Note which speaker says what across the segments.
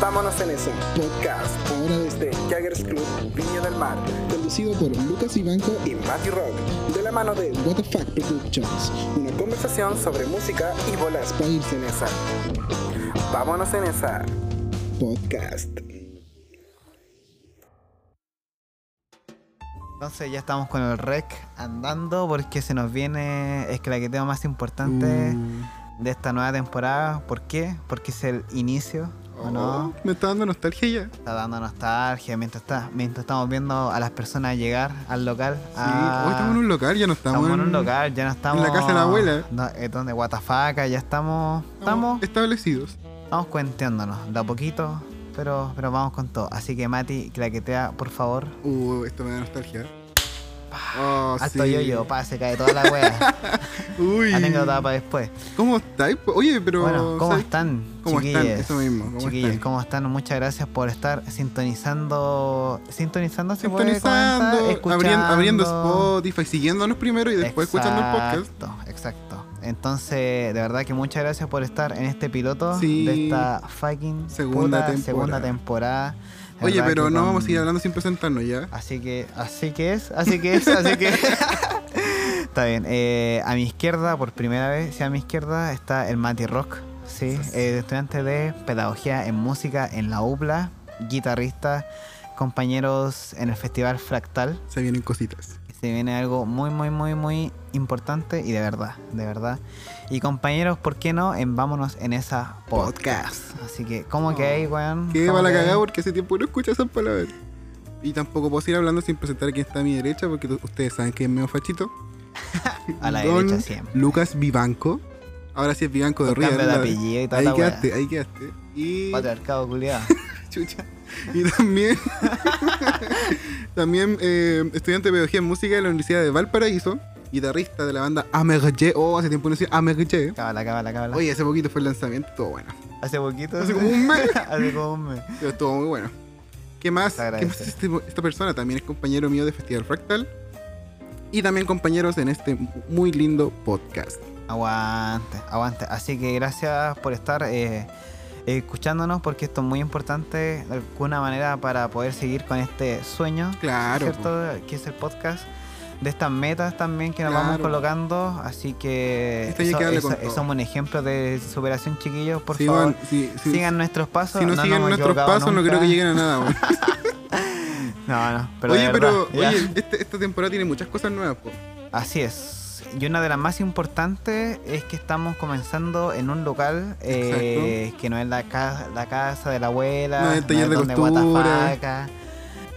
Speaker 1: Vámonos en ese podcast,
Speaker 2: Ahora desde
Speaker 1: de Jaggers Club Viña del Mar
Speaker 2: conducido por Lucas Ivanco
Speaker 1: y Matty Rock, de la mano de
Speaker 2: y What the Fuck Productions.
Speaker 1: una conversación sobre música y bolas
Speaker 2: Para irse
Speaker 1: en esa. Vámonos en esa
Speaker 2: podcast.
Speaker 3: Entonces ya estamos con el rec andando porque se nos viene el claqueteo más importante
Speaker 4: Mm.
Speaker 3: de esta nueva temporada. ¿Por qué? Porque es el inicio, ¿o no?
Speaker 4: Oh, Me está dando nostalgia ya.
Speaker 3: Está dando nostalgia mientras, está, mientras estamos viendo a las personas llegar al local.
Speaker 4: Sí, hoy Oh, estamos en un local, ya no estamos,
Speaker 3: Ah. Estamos en un local, ya no estamos.
Speaker 4: casa de la abuela.
Speaker 3: No, es donde Guatafaca, ya estamos. Estamos,
Speaker 4: establecidos.
Speaker 3: estamos cuenteándonos, de a poquito, pero, pero vamos con todo. Así que Mati, claquetea, por favor.
Speaker 4: Uh, esto me da nostalgia. Oh,
Speaker 3: Alto
Speaker 4: sí.
Speaker 3: yo yo, pa, se cae toda la wea.
Speaker 4: Uy.
Speaker 3: Anécdota para después.
Speaker 4: ¿Cómo estáis? po? Oye, pero.
Speaker 3: Bueno, ¿cómo
Speaker 4: ¿sabes?
Speaker 3: están?
Speaker 4: ¿Cómo están?
Speaker 3: chiquillos?
Speaker 4: Eso mismo, ¿cómo
Speaker 3: Chiquillos,
Speaker 4: están?
Speaker 3: ¿cómo están? Muchas gracias por estar sintonizando. Sintonizando, se puede
Speaker 4: Sintonizando,
Speaker 3: comentar?
Speaker 4: abrien-
Speaker 3: escuchando.
Speaker 4: abriendo Spotify, siguiéndonos primero y después escuchando el podcast.
Speaker 3: Exacto, exacto. Entonces, de verdad que muchas gracias por estar en este piloto
Speaker 4: Sí.
Speaker 3: de esta fucking
Speaker 4: Segunda
Speaker 3: puta
Speaker 4: temporada.
Speaker 3: segunda temporada. De
Speaker 4: Oye,
Speaker 3: verdad
Speaker 4: pero
Speaker 3: que
Speaker 4: no
Speaker 3: con-
Speaker 4: vamos a ir hablando sin presentarnos ya.
Speaker 3: Así que, así que es, así que es, así que Está bien. eh, a mi izquierda, por primera vez, sí, a mi izquierda está el Mati Rock, sí, eh, estudiante de pedagogía en música en la UPLA, guitarrista, compañeros en el Festival Fractal.
Speaker 4: Se vienen cositas.
Speaker 3: Se viene algo muy, muy, muy, muy importante y de verdad, de verdad. Y compañeros, ¿por qué no? En Vámonos en esa podcast. Así que, ¿cómo que hay, weón?
Speaker 4: Que
Speaker 3: ¿Cómo
Speaker 4: va la
Speaker 3: que hay?
Speaker 4: cagada porque hace tiempo que no escucho esas palabras. Y tampoco puedo ir hablando sin presentar a quien está a mi derecha porque t- ustedes saben que es medio fachito.
Speaker 3: A la
Speaker 4: Don
Speaker 3: derecha siempre.
Speaker 4: Lucas Vivanco. Ahora sí es Vivanco de
Speaker 3: Con
Speaker 4: Río.
Speaker 3: cambio de apellido y toda
Speaker 4: Ahí
Speaker 3: la wea.
Speaker 4: quedaste, ahí quedaste. Y.
Speaker 3: Patriarcado culiado.
Speaker 4: Chucha. Y también. también eh, estudiante de pedagogía en música de la Universidad de Valparaíso. Guitarrista de la banda Amerge. Oh, hace tiempo no decía Amerge.
Speaker 3: Cábala, cábala, cábala.
Speaker 4: Oye, hace poquito fue el lanzamiento, todo bueno.
Speaker 3: Hace poquito.
Speaker 4: Hace como un mes.
Speaker 3: Hace como un mes.
Speaker 4: Pero estuvo muy bueno. ¿Qué más?
Speaker 3: Te
Speaker 4: ¿Qué más
Speaker 3: agradece.
Speaker 4: este- esta persona también es compañero mío de Festival Fractal. Y también compañeros en este muy lindo podcast.
Speaker 3: Aguante, aguante. Así que gracias por estar eh, escuchándonos porque esto es muy importante de alguna manera para poder seguir con este sueño,
Speaker 4: Claro. po.
Speaker 3: ¿cierto? Que es el podcast. De estas metas también que nos vamos
Speaker 4: Claro.
Speaker 3: colocando. Así que
Speaker 4: Esto hay que darle con todo.
Speaker 3: somos un ejemplo de superación, chiquillos. Por
Speaker 4: Sigan-
Speaker 3: favor,
Speaker 4: si, si-
Speaker 3: sigan nuestros pasos.
Speaker 4: si no,
Speaker 3: nos
Speaker 4: siguen
Speaker 3: hemos
Speaker 4: nuestros
Speaker 3: equivocado
Speaker 4: pasos, no creo
Speaker 3: nunca.
Speaker 4: que lleguen a nada. weón.
Speaker 3: No, no. Pero de
Speaker 4: oye,
Speaker 3: verdad,
Speaker 4: pero
Speaker 3: ya.
Speaker 4: oye, este- esta temporada tiene muchas cosas nuevas. po.
Speaker 3: Así es. Y una de las más importantes es que estamos comenzando en un local eh, que no es la, ca- la casa de la abuela,
Speaker 4: No es el taller de
Speaker 3: donde
Speaker 4: costura.
Speaker 3: Guatafaca,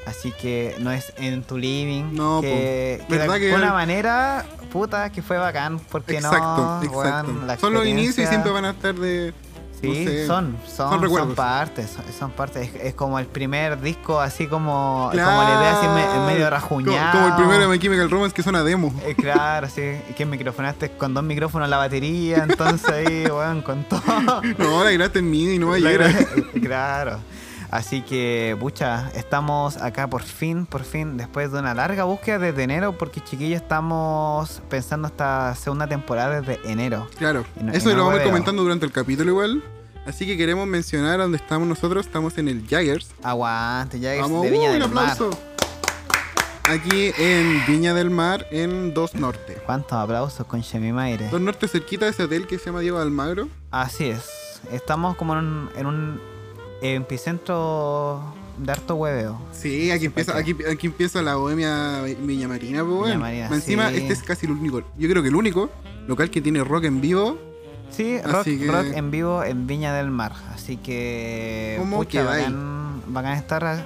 Speaker 3: así que no es en tu living.
Speaker 4: No,
Speaker 3: que,
Speaker 4: po.
Speaker 3: que de
Speaker 4: ¿Verdad que-
Speaker 3: alguna manera, puta, que fue bacán, porque
Speaker 4: Exacto,
Speaker 3: no,
Speaker 4: exacto.
Speaker 3: Weón, la
Speaker 4: Son los inicios y
Speaker 3: experiencia-
Speaker 4: siempre van a estar de.
Speaker 3: Sí,
Speaker 4: no sé,
Speaker 3: son, son,
Speaker 4: son
Speaker 3: son,
Speaker 4: recuerdos.
Speaker 3: partes, son, son partes. Es, es como el primer disco, así como, como la idea
Speaker 4: Claro.
Speaker 3: así me- medio
Speaker 4: Como,
Speaker 3: rajuñado.
Speaker 4: como el primero de My Chemical Romance que suena demo.
Speaker 3: Eh, claro, sí. Es que microfonaste con dos micrófonos la batería, entonces ahí, weón, con todo.
Speaker 4: No, la grabaste en mini, no
Speaker 3: La
Speaker 4: ayer.
Speaker 3: gra- eh, claro. Así que, pucha, estamos acá por fin, por fin, después de una larga búsqueda desde enero, porque chiquillos estamos pensando esta segunda temporada desde enero.
Speaker 4: Claro,
Speaker 3: Y no-
Speaker 4: eso
Speaker 3: y no
Speaker 4: lo vamos a ir
Speaker 3: hueveo.
Speaker 4: comentando durante el capítulo igual. Así que queremos mencionar a dónde estamos nosotros. Estamos en el Jaggers.
Speaker 3: Aguante, ya es
Speaker 4: Vamos,
Speaker 3: de Viña
Speaker 4: ¡uh, un
Speaker 3: del Mar.
Speaker 4: aplauso. Aquí en Viña del Mar, en Dos Norte.
Speaker 3: ¿Cuántos aplausos con Shemimaire?
Speaker 4: Dos Norte cerquita de ese hotel que se llama Diego de Almagro.
Speaker 3: Así es. Estamos como en un, en un epicentro de harto hueveo.
Speaker 4: Sí, aquí empieza, aquí, aquí empieza la bohemia vi- Viña Marina, pues bueno.
Speaker 3: Viña Marina,
Speaker 4: Más Encima,
Speaker 3: sí.
Speaker 4: este es casi el único, yo creo que el único local que tiene rock en vivo.
Speaker 3: Sí, rock,
Speaker 4: Así que-
Speaker 3: rock en vivo en Viña del Mar. Así que.
Speaker 4: ¿Cómo
Speaker 3: pucha,
Speaker 4: queda ahí?
Speaker 3: bacán, bacán estar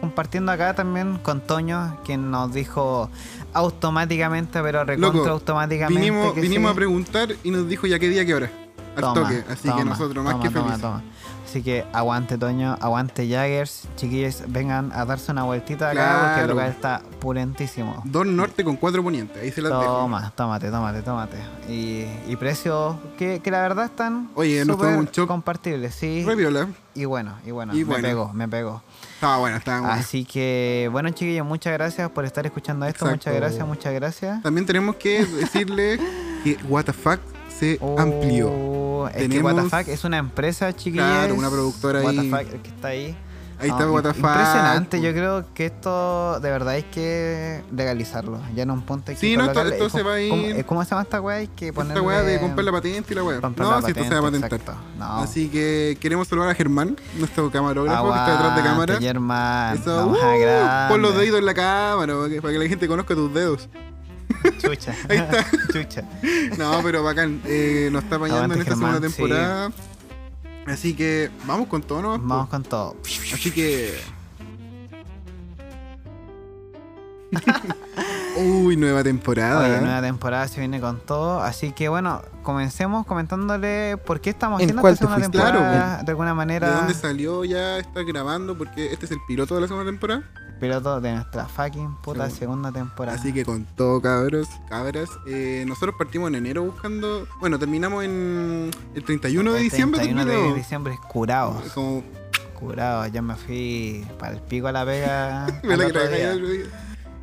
Speaker 3: compartiendo acá también con Toño, quien nos dijo automáticamente, pero recontra automáticamente.
Speaker 4: Vinimos,
Speaker 3: que
Speaker 4: vinimos
Speaker 3: sí.
Speaker 4: a preguntar y nos dijo ya qué día, qué hora. Al
Speaker 3: Toma,
Speaker 4: toque. Así
Speaker 3: toma,
Speaker 4: que nosotros más
Speaker 3: toma,
Speaker 4: que
Speaker 3: toma,
Speaker 4: felices.
Speaker 3: toma. Así que aguante Toño, aguante Jaggers, chiquillos, vengan a darse una vueltita acá porque el
Speaker 4: Claro.
Speaker 3: lugar está pulentísimo.
Speaker 4: Dos Norte con cuatro ponientes. Ahí se las dejo.
Speaker 3: Toma, tómate, tómate, tómate. Y, y precios que, que la verdad están
Speaker 4: Oye, nos
Speaker 3: súper
Speaker 4: tomamos un chop.
Speaker 3: compartibles, sí.
Speaker 4: Re viola.
Speaker 3: Y bueno, y bueno,
Speaker 4: Y
Speaker 3: me
Speaker 4: bueno. Ah,
Speaker 3: pegó, me pegó.
Speaker 4: Estaba buena, estaba buena.
Speaker 3: Así que, bueno, chiquillos, muchas gracias por estar escuchando esto.
Speaker 4: Exacto.
Speaker 3: Muchas gracias, muchas gracias.
Speaker 4: También tenemos que decirle que WTF se amplió.
Speaker 3: Oh, pues.
Speaker 4: Tenemos-
Speaker 3: Es que WTF es una empresa, chiquillos.
Speaker 4: Claro, una productora ahí.
Speaker 3: WTF el que está ahí.
Speaker 4: Ahí
Speaker 3: Ah,
Speaker 4: está
Speaker 3: im-
Speaker 4: WTF.
Speaker 3: Impresionante, yo creo que esto de verdad hay que legalizarlo. Ya no un punto hay que
Speaker 4: Sí, no, esto-
Speaker 3: colocarle-
Speaker 4: esto se
Speaker 3: ¿cómo-
Speaker 4: va a ir-
Speaker 3: ¿cómo, eh, ¿Cómo se llama esta weá? Hay que ponerle...
Speaker 4: Esta weá de comprar la patente y la weá.
Speaker 3: comprar
Speaker 4: No,
Speaker 3: la
Speaker 4: si esto se va a
Speaker 3: patente,
Speaker 4: patentar.
Speaker 3: exacto. No.
Speaker 4: Así que queremos saludar a Germán, nuestro camarógrafo que está detrás de
Speaker 3: Aguante,
Speaker 4: cámara.
Speaker 3: Ah, Germán.
Speaker 4: Eso,
Speaker 3: Vamos a
Speaker 4: ¡uh!
Speaker 3: grande.
Speaker 4: pon los deditos en la cámara para que, para que la gente conozca tus dedos.
Speaker 3: Chucha.
Speaker 4: Ahí está.
Speaker 3: Chucha.
Speaker 4: No, pero bacán, eh, nos está apañando
Speaker 3: Aguante,
Speaker 4: en esta
Speaker 3: Germán,
Speaker 4: segunda temporada. Así que vamos con todo, ¿no?
Speaker 3: Vamos con todo.
Speaker 4: Así que. Uy, nueva temporada.
Speaker 3: Oye, nueva temporada se viene con todo. Así que bueno, comencemos comentándole por qué estamos
Speaker 5: ¿En
Speaker 3: haciendo
Speaker 5: cuál
Speaker 3: esta
Speaker 5: te
Speaker 3: segunda
Speaker 5: fuiste?
Speaker 3: temporada.
Speaker 5: Claro.
Speaker 3: De alguna
Speaker 4: ¿De
Speaker 3: manera,
Speaker 4: dónde salió? Ya está grabando porque este es el piloto de la segunda temporada.
Speaker 3: piloto de nuestra fucking puta
Speaker 4: Segunda.
Speaker 3: segunda temporada.
Speaker 4: Así que con todo, cabros, cabras. eh, nosotros partimos en enero buscando. Bueno, terminamos en el 31 de
Speaker 3: El
Speaker 4: diciembre.
Speaker 3: 31 de
Speaker 4: terminamos.
Speaker 3: diciembre es curado.
Speaker 4: Como
Speaker 3: Curado. Ya me fui para el pico a la pega. al
Speaker 4: me la
Speaker 3: otro
Speaker 4: grabé
Speaker 3: día.
Speaker 4: al otro día.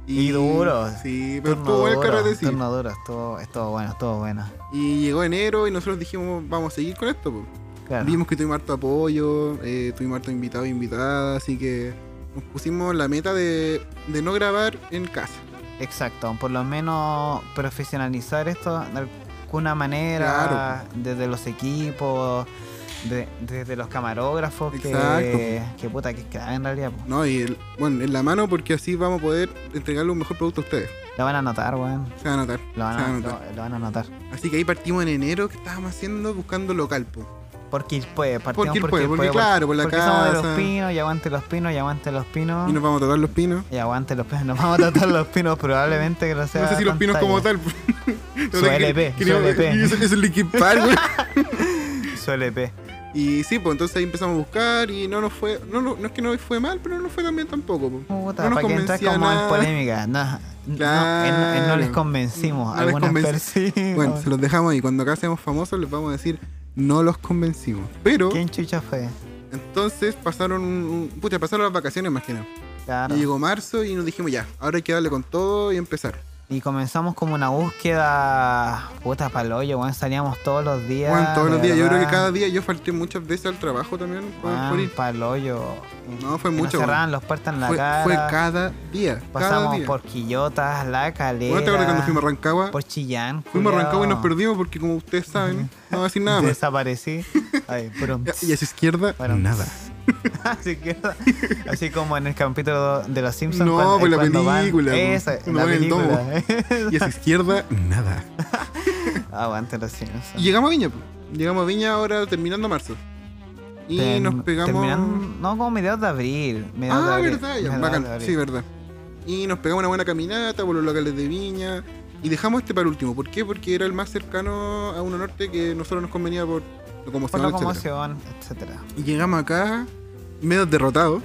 Speaker 3: Y duro.
Speaker 4: Sí, pero
Speaker 3: Turno
Speaker 4: estuvo bueno el
Speaker 3: duro,
Speaker 4: carrete, sí.
Speaker 3: turno duro, estuvo, estuvo bueno, estuvo bueno.
Speaker 4: Y llegó enero y nosotros dijimos, vamos a seguir con esto. po.
Speaker 3: Claro.
Speaker 4: Vimos que tuvimos harto apoyo, eh, tuvimos harto invitado e invitada, así que nos pusimos la meta de, de no grabar en casa.
Speaker 3: Exacto, por lo menos profesionalizar esto de alguna manera, desde los equipos, de- desde los camarógrafos, que,
Speaker 4: Exacto.
Speaker 3: que puta que es clave en realidad. po.
Speaker 4: No, y el- bueno, en la mano porque así vamos a poder entregarle un mejor producto a ustedes.
Speaker 3: Lo van a notar, weón.
Speaker 4: Se van a notar.
Speaker 3: Lo van
Speaker 4: se
Speaker 3: a,
Speaker 4: van a
Speaker 3: lo, lo van a notar.
Speaker 4: Así que ahí partimos en enero, que estábamos haciendo? Buscando local, po.
Speaker 3: Por Quilpue,
Speaker 4: Por
Speaker 3: partimos por
Speaker 4: Quilpue, porque
Speaker 3: Quilpue,
Speaker 4: claro, por la
Speaker 3: porque
Speaker 4: casa.
Speaker 3: somos de los pinos, y aguante los pinos, y aguante los pinos.
Speaker 4: Y nos vamos a tratar los pinos.
Speaker 3: Y aguante los pinos, nos vamos a tratar los pinos probablemente que no sea
Speaker 4: no sé si los pinos como
Speaker 3: pantalla.
Speaker 4: tal. po.
Speaker 3: Su LP, su
Speaker 4: Queríamos-
Speaker 3: LP.
Speaker 4: y Eso, eso es Linkin Park, güey.
Speaker 3: Su LP.
Speaker 4: Y sí, pues entonces ahí empezamos a buscar y no nos fue, no, no, no es que no fue mal, pero no nos fue tan bien tampoco. po.
Speaker 3: Puta,
Speaker 4: no nos
Speaker 3: para que entras
Speaker 4: convencía
Speaker 3: como en
Speaker 4: nada.
Speaker 3: polémica. No, no, en- en- no,
Speaker 4: Claro.
Speaker 3: les convencimos.
Speaker 4: No les
Speaker 3: Algunas
Speaker 4: convenci-
Speaker 3: personas.
Speaker 4: Bueno, se los dejamos ahí. Cuando acá seamos famosos les vamos a decir no los convencimos. Pero
Speaker 3: ¿Quién chucha fue?
Speaker 4: entonces pasaron un- un- puta, pasaron las vacaciones más que nada.
Speaker 3: Claro.
Speaker 4: Y
Speaker 3: Y,
Speaker 4: llegó marzo y nos dijimos ya, ahora hay que darle con todo y empezar.
Speaker 3: comenzamos como una búsqueda. Puta palollo, weón. Salíamos todos los días.
Speaker 4: Juan, todos
Speaker 3: de
Speaker 4: los días, yo creo que
Speaker 3: verdad.
Speaker 4: cada día yo falté muchas veces al trabajo también por,
Speaker 3: Weón,
Speaker 4: por ir.
Speaker 3: palollo.
Speaker 4: No, fue
Speaker 3: Que
Speaker 4: mucho,
Speaker 3: Nos cerraban los puertas en la
Speaker 4: Fue,
Speaker 3: cara.
Speaker 4: fue cada día.
Speaker 3: Pasamos
Speaker 4: cada día.
Speaker 3: por Quillotas, La Calera.
Speaker 4: Bueno, te acuerdas cuando fuimos a Rancagua.
Speaker 3: Por Chillán.
Speaker 4: Fuimos a
Speaker 3: culiao.
Speaker 4: Rancagua y nos perdimos porque como ustedes saben, no va a decir nada más.
Speaker 3: Desaparecí. Ay, pero...
Speaker 4: Y a su izquierda,
Speaker 3: Bueno,
Speaker 4: nada.
Speaker 3: así que así como en el capítulo de los Simpsons
Speaker 4: No,
Speaker 3: cuando-
Speaker 4: pues la
Speaker 3: cuando van-
Speaker 4: película, pues.
Speaker 3: esa,
Speaker 4: Cuando
Speaker 3: la
Speaker 4: van en el domo.
Speaker 3: película
Speaker 4: Y a su izquierda, nada.
Speaker 3: aguante los
Speaker 4: Y
Speaker 3: Simpsons
Speaker 4: llegamos a Viña, po. llegamos a Viña ahora terminando marzo. Y
Speaker 3: Term-
Speaker 4: nos pegamos.
Speaker 3: terminan- no como mediados de abril mediados de
Speaker 4: Ah,
Speaker 3: abril,
Speaker 4: verdad, ya,
Speaker 3: mediados
Speaker 4: bacán,
Speaker 3: de abril.
Speaker 4: sí, verdad. Y nos pegamos una buena caminata por los locales de Viña. Y dejamos este para último. ¿Por qué? Porque era el más cercano a Uno Norte que nosotros nos convenía por
Speaker 3: por
Speaker 4: locomoción,
Speaker 3: la
Speaker 4: etcétera.
Speaker 3: conmoción etcétera
Speaker 4: Y llegamos acá medio derrotados.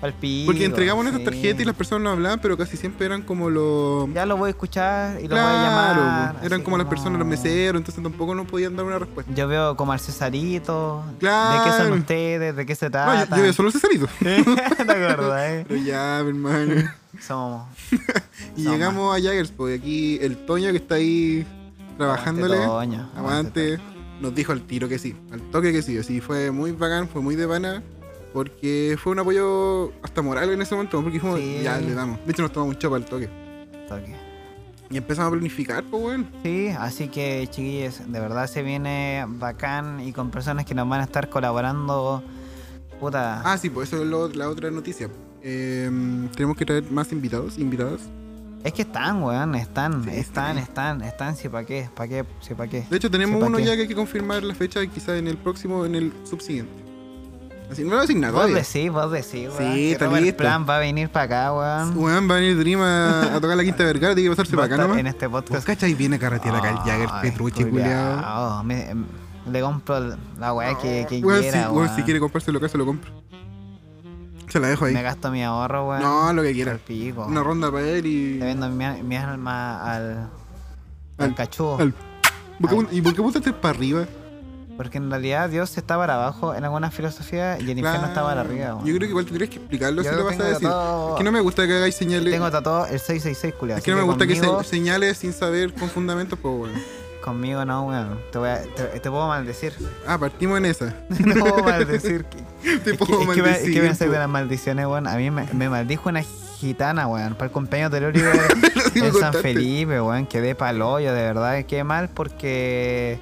Speaker 3: Palpigo,
Speaker 4: Porque entregamos
Speaker 3: sí.
Speaker 4: nuestras tarjetas y las personas nos hablaban, pero casi siempre eran como los.
Speaker 3: ya lo voy a escuchar y lo voy a
Speaker 4: Claro,
Speaker 3: llamar
Speaker 4: po.
Speaker 3: así
Speaker 4: eran como las personas, los
Speaker 3: como-
Speaker 4: meseros, entonces tampoco nos podían dar una respuesta.
Speaker 3: yo veo como al Cesarito
Speaker 4: Claro.
Speaker 3: de qué son ustedes de qué se
Speaker 4: No,
Speaker 3: trata
Speaker 4: yo, yo veo solo Cesarito.
Speaker 3: te acuerdas eh?
Speaker 4: Pero ya, mi hermano.
Speaker 3: somos
Speaker 4: Y
Speaker 3: No,
Speaker 4: llegamos a Jaggers, porque aquí el Toño que está ahí trabajándole,
Speaker 3: Aguante, Toño, aguante,
Speaker 4: aguante, nos dijo al tiro que sí, al toque que sí. Así fue muy bacán, fue muy de pana, porque fue un apoyo hasta moral en ese momento, porque dijimos,
Speaker 3: Sí.
Speaker 4: ya le damos. De hecho, nos tomamos un chopa al toque.
Speaker 3: Toque.
Speaker 4: Y empezamos a planificar, pues, weón.
Speaker 3: Sí, así que chiquillos, de verdad se viene bacán y con personas que nos van a estar colaborando. Puta.
Speaker 4: Ah, sí, pues eso es lo- la otra noticia. Eh, tenemos que traer más invitados, invitadas.
Speaker 3: Es que están, weón, están,
Speaker 4: Sí,
Speaker 3: están,
Speaker 4: están.
Speaker 3: están, están, si pa' qué, pa' qué, si pa' qué.
Speaker 4: De hecho, tenemos
Speaker 3: Sepa
Speaker 4: uno
Speaker 3: que-
Speaker 4: ya que hay que confirmar la fecha, quizás en el próximo, en el subsiguiente. Así, no lo decís nada.
Speaker 3: Vos
Speaker 4: todavía.
Speaker 3: decís, vos decís, weón.
Speaker 4: Sí,
Speaker 3: que
Speaker 4: está
Speaker 3: Robert
Speaker 4: listo.
Speaker 3: Plant va a venir para acá, weón.
Speaker 4: Weón, va a venir Dream a, a tocar la quinta vergara, tiene que pasarse
Speaker 3: Va a
Speaker 4: para acá
Speaker 3: estar
Speaker 4: nomás.
Speaker 3: En este
Speaker 4: ¿Vos
Speaker 3: podcast.
Speaker 4: cachai? Viene a carretear acá el Jagger
Speaker 3: Ay,
Speaker 4: Petrucci, culiao.
Speaker 3: culiao, me- em, Le compro la weá que, que
Speaker 4: Weón, si,
Speaker 3: quiera,
Speaker 4: weón,
Speaker 3: weón.
Speaker 4: si quiere comprarse lo que se lo compro. Se la dejo ahí.
Speaker 3: Me gasto mi ahorro, weón.
Speaker 4: No, lo que
Speaker 3: al
Speaker 4: quiera.
Speaker 3: pico.
Speaker 4: Una ronda para él y.
Speaker 3: Le vendo mi, mi alma al. al
Speaker 4: Al-
Speaker 3: cachudo.
Speaker 4: al- ¿Por qué pun- ¿Y por qué puntaste para arriba?
Speaker 3: Porque en realidad Dios está para abajo en alguna filosofía y el infierno está para arriba. weón.
Speaker 4: Yo creo que igual tendrías que explicarlo
Speaker 3: Yo
Speaker 4: si lo vas a
Speaker 3: tengo
Speaker 4: decir.
Speaker 3: todo-
Speaker 4: Es que no me gusta que hagáis señales.
Speaker 3: Tengo tatuado el 666, culiado.
Speaker 4: es que no me gusta que se- señales sin saber con fundamentos, pues, weón.
Speaker 3: Conmigo no, weón. Te, voy a- te- te puedo maldecir.
Speaker 4: Ah, partimos en esa.
Speaker 3: Te puedo maldecir.
Speaker 4: Te
Speaker 3: Es que-
Speaker 4: puedo
Speaker 3: es que me- Es que
Speaker 4: maldecir,
Speaker 3: me hace
Speaker 4: po.
Speaker 3: de las maldiciones, weón. A mí me, me maldijo una gitana, weón. Para el cumpleaños del Oliver
Speaker 4: me
Speaker 3: en San
Speaker 4: contaste.
Speaker 3: Felipe, weón. Quedé pa'l hoyo, de verdad. Qué mal porque.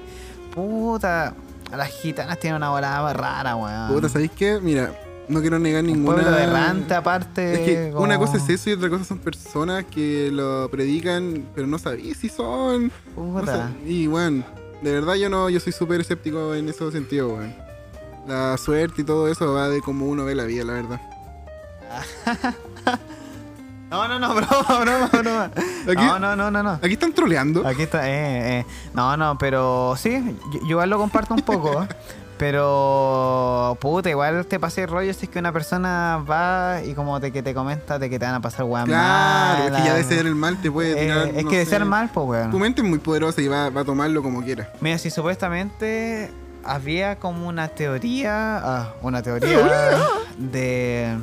Speaker 3: Puta. Las gitanas tienen una volada rara, weón.
Speaker 4: Puta, ¿sabéis qué? Mira, no quiero negar
Speaker 3: Un
Speaker 4: ninguna.
Speaker 3: pueblo de ranta, aparte.
Speaker 4: Es que una
Speaker 3: Eh, como-
Speaker 4: cosa es eso y otra cosa son personas que lo predican, pero no sabéis si son. no
Speaker 3: Puta.
Speaker 4: sab- Y bueno, de verdad yo no, yo soy súper escéptico en ese sentido, weón. La suerte y todo eso va de cómo uno ve la vida, la verdad.
Speaker 3: No, no, no, broma, broma, broma.
Speaker 4: Aquí-
Speaker 3: No, no, no, no, no.
Speaker 4: Aquí están troleando.
Speaker 3: Aquí está, eh, eh. No, no, pero sí, yo, yo igual lo comparto un poco. pero, puta, igual te pasé el rollo si es que una persona va y como te, que te comenta de que te van a pasar weón
Speaker 4: Claro, es que ya desear el mal te puede tirar.
Speaker 3: Eh, es
Speaker 4: no
Speaker 3: que
Speaker 4: sé.
Speaker 3: desear mal, pues, weón.
Speaker 4: Tu mente es muy poderosa y va, va a tomarlo como quiera.
Speaker 3: Mira, si supuestamente había como una teoría, ah, una teoría de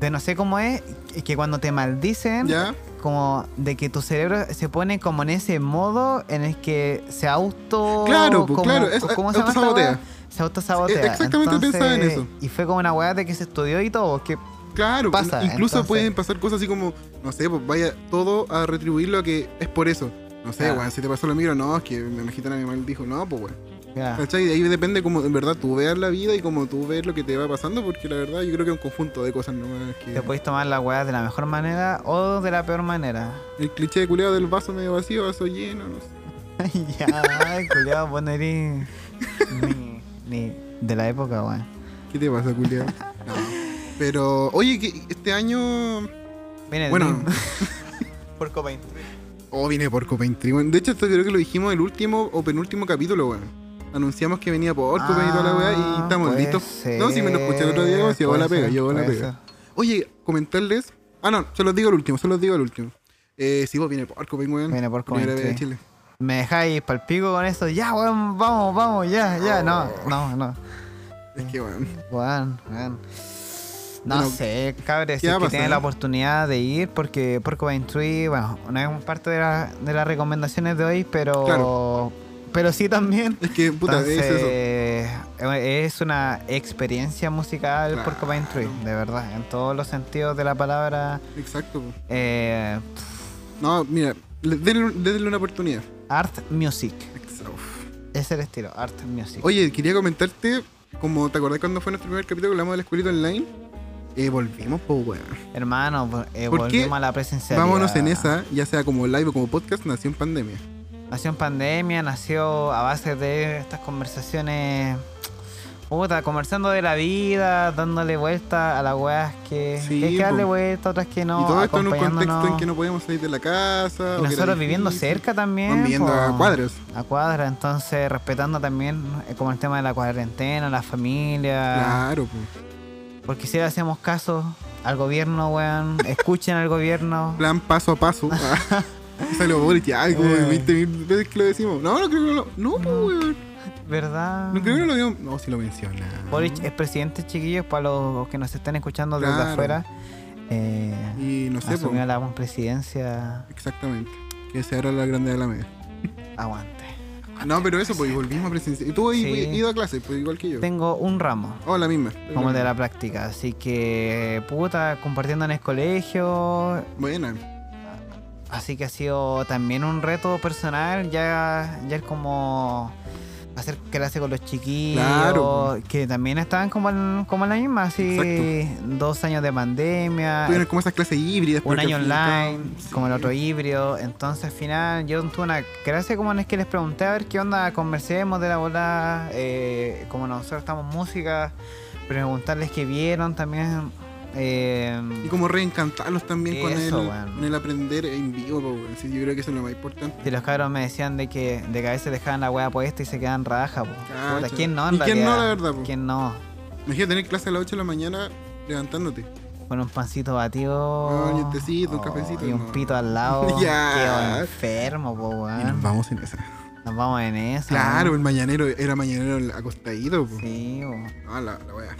Speaker 3: de no sé cómo es y que cuando te maldicen
Speaker 4: ¿Ya?
Speaker 3: como de que tu cerebro se pone como en ese modo en el que se auto
Speaker 4: Claro, pues,
Speaker 3: como-
Speaker 4: claro, es-
Speaker 3: ¿cómo se llama esta
Speaker 4: autosabotea.
Speaker 3: weá? se autosabotea
Speaker 4: E- exactamente
Speaker 3: Entonces,
Speaker 4: pensaba en eso.
Speaker 3: y fue como una weá de que se estudió y todo que
Speaker 4: Claro,
Speaker 3: Pasa,
Speaker 4: incluso
Speaker 3: entonces.
Speaker 4: pueden pasar cosas así como, no sé, pues vaya todo a retribuirlo a que es por eso. No sé,
Speaker 3: Ah.
Speaker 4: weón, si te pasó lo micro, no, es que me me gitana mi mal dijo, no, pues weón.
Speaker 3: ya.
Speaker 4: ¿Cachai? De ahí depende como en verdad tú veas la vida y como tú ves lo que te va pasando, porque la verdad yo creo que es un conjunto de cosas nomás que.
Speaker 3: te podéis tomar la weá de la mejor manera o de la peor manera
Speaker 4: El cliché de culeado del vaso medio vacío, vaso lleno, no sé.
Speaker 3: ya, culiado, vos no erís ni, ni de la época, weón.
Speaker 4: ¿Qué te pasa, culeado? no. Pero, oye, que este año.
Speaker 3: Viene el
Speaker 4: Bueno.
Speaker 3: mismo. por Copa
Speaker 4: Oh, viene Porco weón. De hecho, esto creo que lo dijimos en el último o penúltimo capítulo, weón. Anunciamos que venía Porco y toda la weá
Speaker 3: Ah,
Speaker 4: y estamos listos. No, si me lo escuché el otro día, weón, si hago la pega, yo hago la pega. Oye, comentarles. Ah, no, se los digo al último, se los digo al último. Eh, si vos viene Porco weón.
Speaker 3: Viene Porco
Speaker 4: Primera
Speaker 3: Paint,
Speaker 4: vez en
Speaker 3: sí.
Speaker 4: Chile.
Speaker 3: Me dejáis pa'l pico con eso, ya, weón, vamos, vamos, ya, ya, no,
Speaker 4: Oh.
Speaker 3: no, no.
Speaker 4: Es que, weón.
Speaker 3: Mm. Weón, weón. No
Speaker 4: Bueno,
Speaker 3: sé, cabres, si
Speaker 4: ¿qué
Speaker 3: es
Speaker 4: va
Speaker 3: que
Speaker 4: a pasar?
Speaker 3: tienen la oportunidad de ir, porque Porco Tree, bueno, no es parte de, la- de las recomendaciones de hoy, pero. Pero sí también.
Speaker 4: Es que, puta, es eso.
Speaker 3: Entonces, eh, es, una experiencia musical por
Speaker 4: Claro.
Speaker 3: Copain Tree, de verdad, en todos los sentidos de la palabra.
Speaker 4: Exacto. po.
Speaker 3: eh,
Speaker 4: No, mira, le- denle, denle una oportunidad.
Speaker 3: art Music,
Speaker 4: Exacto.
Speaker 3: es el estilo, Art Music.
Speaker 4: Oye, quería comentarte, como te acordás cuando fue nuestro primer capítulo que hablamos de la escuelita online, eh, volvimos, po, weón.
Speaker 3: Hermano, vo- eh,
Speaker 4: ¿Por qué?
Speaker 3: volvemos a la presencia.
Speaker 4: Vámonos en esa, ya sea como live o como podcast, nació en pandemia.
Speaker 3: Nació en pandemia, nació a base de estas conversaciones. Puta, conversando de la vida, dándole vuelta a las weas que,
Speaker 4: Sí,
Speaker 3: que hay que darle
Speaker 4: po.
Speaker 3: vuelta, otras que no.
Speaker 4: y todo esto en un contexto en
Speaker 3: acompañándonos.
Speaker 4: que no podíamos salir de la
Speaker 3: Y
Speaker 4: casa. o que era
Speaker 3: nosotros viviendo
Speaker 4: difícil.
Speaker 3: cerca también.
Speaker 4: Van viviendo a
Speaker 3: po.
Speaker 4: cuadros.
Speaker 3: a cuadra, entonces respetando también eh, como el tema de la cuarentena, la familia,
Speaker 4: Claro, po.
Speaker 3: porque si le hacemos caso al gobierno, weón, escuchen al gobierno.
Speaker 4: plan paso a paso. Ah, Salió Boris ya, como
Speaker 3: Eh.
Speaker 4: 20 mil veces que lo decimos. No, no creo que no lo. No, po, weón.
Speaker 3: ¿Verdad?
Speaker 4: No creo que no lo digamos. No, si lo menciona.
Speaker 3: Boric es presidente, chiquillos, para los que nos estén escuchando desde
Speaker 4: Claro.
Speaker 3: afuera. Eh,
Speaker 4: Y no sé, po.
Speaker 3: asumió la presidencia.
Speaker 4: Exactamente. Que se abra la grande de la media.
Speaker 3: Aguante.
Speaker 4: No, pero eso, pues y volvimos a presencia. Y tú has
Speaker 3: Sí.
Speaker 4: ido a clase, pues igual que yo.
Speaker 3: Tengo un ramo.
Speaker 4: Oh, la misma.
Speaker 3: Como el de la práctica, así que puta, compartiendo en el colegio,
Speaker 4: Buena.
Speaker 3: Así que ha sido también un reto personal, ya, ya el como hacer clase con los chiquillos,
Speaker 4: Claro,
Speaker 3: que también estaban como en, como en la misma, así dos años de pandemia,
Speaker 4: Tuvieron como esas clases híbridas.
Speaker 3: Ah, un
Speaker 4: porque
Speaker 3: año
Speaker 4: al fin y al cabo-
Speaker 3: online,
Speaker 4: Sí.
Speaker 3: como el otro híbrido, entonces al final yo tuve una clase como en es que les pregunté a ver qué onda, conversemos de la bola, eh, como nosotros estamos música, preguntarles qué vieron también. eh,
Speaker 4: Y como reencantarlos también con
Speaker 3: Eso,
Speaker 4: el,
Speaker 3: weón.
Speaker 4: con el aprender en vivo, po, weón. Sí, yo creo que eso es lo más importante.
Speaker 3: Si los cabros me decían de que, de que a veces dejaban la hueá puesta y se quedan raja, po.
Speaker 4: Cacha.
Speaker 3: Puta, ¿Quién no, en
Speaker 4: Ah, ¿Y quién
Speaker 3: realidad?
Speaker 4: no, la verdad, po?
Speaker 3: ¿Quién no?
Speaker 4: Imagínate tener clase a las 8 de la mañana levantándote.
Speaker 3: Con un pancito batido. Oh,
Speaker 4: Ah, y un tecito, un cafecito,
Speaker 3: Y un
Speaker 4: no.
Speaker 3: pito al lado.
Speaker 4: Ya.
Speaker 3: Qué enfermo, po,
Speaker 4: Y nos
Speaker 3: weón.
Speaker 4: vamos en esa.
Speaker 3: Nos vamos en eso.
Speaker 4: Claro, el mañanero era mañanero acostadito, po.
Speaker 3: Ah. Sí, po.
Speaker 4: Ah, la, la wea.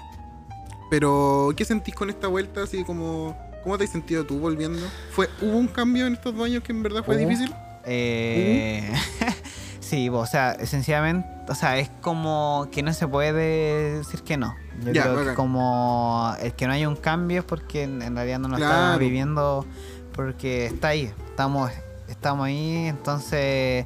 Speaker 4: Pero, ¿qué sentís con esta vuelta? Así como, ¿cómo te has sentido tú volviendo? ¿Fue, ¿Hubo un cambio en estos dos años que en verdad fue
Speaker 3: Hubo.
Speaker 4: difícil?
Speaker 3: Eh, Sí, o sea, esencialmente, o sea, es como que no se puede decir que no. Yo
Speaker 4: Ya,
Speaker 3: creo que
Speaker 4: bacán.
Speaker 3: como el que no hay un cambio es porque en, en realidad no lo
Speaker 4: Claro.
Speaker 3: estamos viviendo, porque está ahí, estamos, estamos ahí, entonces...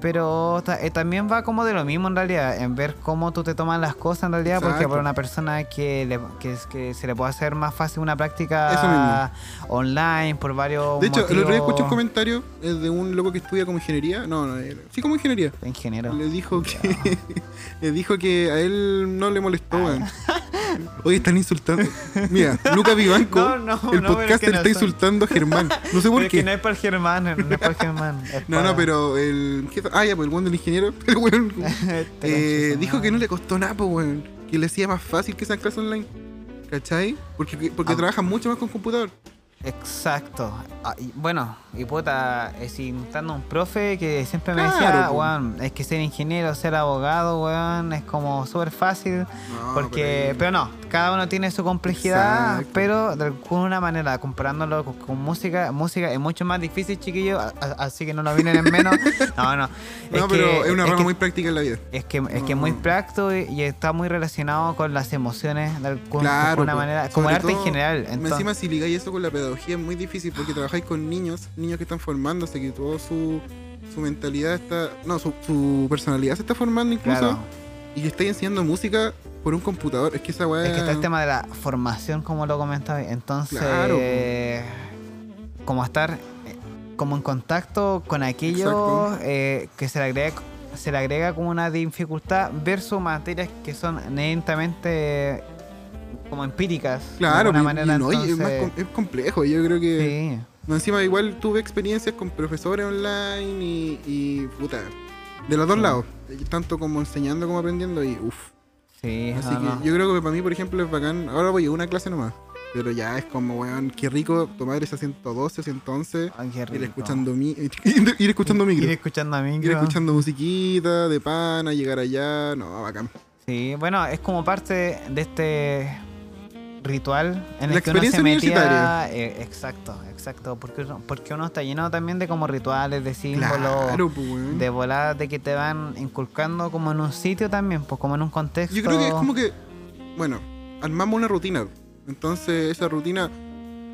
Speaker 3: Pero ta- eh, también va como de lo mismo en realidad, en ver cómo tú te tomas las cosas en realidad, porque
Speaker 4: Exacto.
Speaker 3: para una persona que, le- que, es- que se le puede hacer más fácil una
Speaker 4: Eso
Speaker 3: práctica online por varios
Speaker 4: De hecho, el otro día
Speaker 3: motivos.
Speaker 4: escuché un comentario eh, de un loco que estudia como ingeniería. No, no, eh, sí, como ingeniería.
Speaker 3: Ingeniero.
Speaker 4: Le dijo que le dijo que a él no le molestó,
Speaker 3: Ah.
Speaker 4: weón. Hoy están insultando. Mira, Luca Vivanco,
Speaker 3: No, no, no,
Speaker 4: el
Speaker 3: pero es
Speaker 4: podcaster
Speaker 3: que no
Speaker 4: está
Speaker 3: son.
Speaker 4: insultando a Germán. No sé
Speaker 3: Pero
Speaker 4: por
Speaker 3: es que
Speaker 4: qué.
Speaker 3: no es para el Germán, no es para el Germán. es
Speaker 4: No,
Speaker 3: para-
Speaker 4: no, pero el. ¿qué- Ah, ya, pues el buen del ingeniero. El weón,
Speaker 3: Este
Speaker 4: eh,
Speaker 3: conchito,
Speaker 4: dijo
Speaker 3: madre.
Speaker 4: que no le costó nada, pues, weón. Que le hacía más fácil que esa clase online. ¿Cachai? Porque, porque
Speaker 3: Ah.
Speaker 4: trabajan mucho más con computador.
Speaker 3: Exacto. Ah, y bueno, y puta, eh, es intentando un profe que siempre me decía,
Speaker 4: Claro, po.
Speaker 3: weón, es que ser ingeniero, ser abogado, weón, es como súper fácil.
Speaker 4: No,
Speaker 3: Porque,
Speaker 4: pero-
Speaker 3: pero no, cada uno tiene su complejidad,
Speaker 4: Exacto.
Speaker 3: pero de alguna manera, comparándolo con, con música, música es mucho más difícil, chiquillos, a- a- así que no nos vienen en menos. No, no.
Speaker 4: No, pero
Speaker 3: que-
Speaker 4: es una rama
Speaker 3: que-
Speaker 4: muy práctica en la vida.
Speaker 3: Es que es que es muy
Speaker 4: No.
Speaker 3: práctico y, y está muy relacionado con las emociones de algún- de alguna,
Speaker 4: Claro. po.
Speaker 3: manera, como
Speaker 4: Sobre
Speaker 3: el arte en
Speaker 4: todo,
Speaker 3: general.
Speaker 4: me
Speaker 3: entonces-
Speaker 4: Encima, si ligáis eso con la pedagogía, es muy difícil porque trabajáis con niños, niños que están formándose, que toda su, su mentalidad está. No, su, su personalidad se está formando incluso.
Speaker 3: claro.
Speaker 4: Y que estáis enseñando música por un computador. Es que esa weá.
Speaker 3: Es que está este el tema de la formación, como lo comentaba. Entonces,
Speaker 4: eh. Claro, pues.
Speaker 3: como estar eh, como en contacto con aquello
Speaker 4: Exacto.
Speaker 3: eh, que se le agrega se le agrega como una dificultad versus materias que son netamente eh, como empíricas.
Speaker 4: Claro,
Speaker 3: de alguna
Speaker 4: y- y
Speaker 3: manera.
Speaker 4: no, y es, más
Speaker 3: entonces,
Speaker 4: com- es complejo. Yo creo que.
Speaker 3: sí.
Speaker 4: No, encima igual tuve experiencias con profesores online y, y puta, de los dos lados, tanto como enseñando como aprendiendo y uff.
Speaker 3: Sí,
Speaker 4: Así
Speaker 3: no,
Speaker 4: que
Speaker 3: Ah, no.
Speaker 4: yo creo que para mí, por ejemplo, es bacán, ahora voy a una clase nomás, pero ya es como, weón, qué rico tomar esa 112, 111,
Speaker 3: Ay, Ah, qué
Speaker 4: ir
Speaker 3: rico.
Speaker 4: escuchando, mi, ir, ir escuchando micro,
Speaker 3: Ir
Speaker 4: ir,
Speaker 3: escuchando a micro.
Speaker 4: escuchando musiquita de pana, llegar allá, no, bacán.
Speaker 3: Sí, bueno, es como parte de este ritual en
Speaker 4: La
Speaker 3: el que uno se
Speaker 4: experiencia
Speaker 3: metía.
Speaker 4: universitaria.
Speaker 3: eh, exacto, exacto. Porque uno, porque uno está llenado también de como rituales, de símbolos,
Speaker 4: Claro, pues, weón.
Speaker 3: de voladas de que te van inculcando como en un sitio también, pues como en un contexto.
Speaker 4: Yo creo que es como que, bueno, armamos una rutina. Entonces esa rutina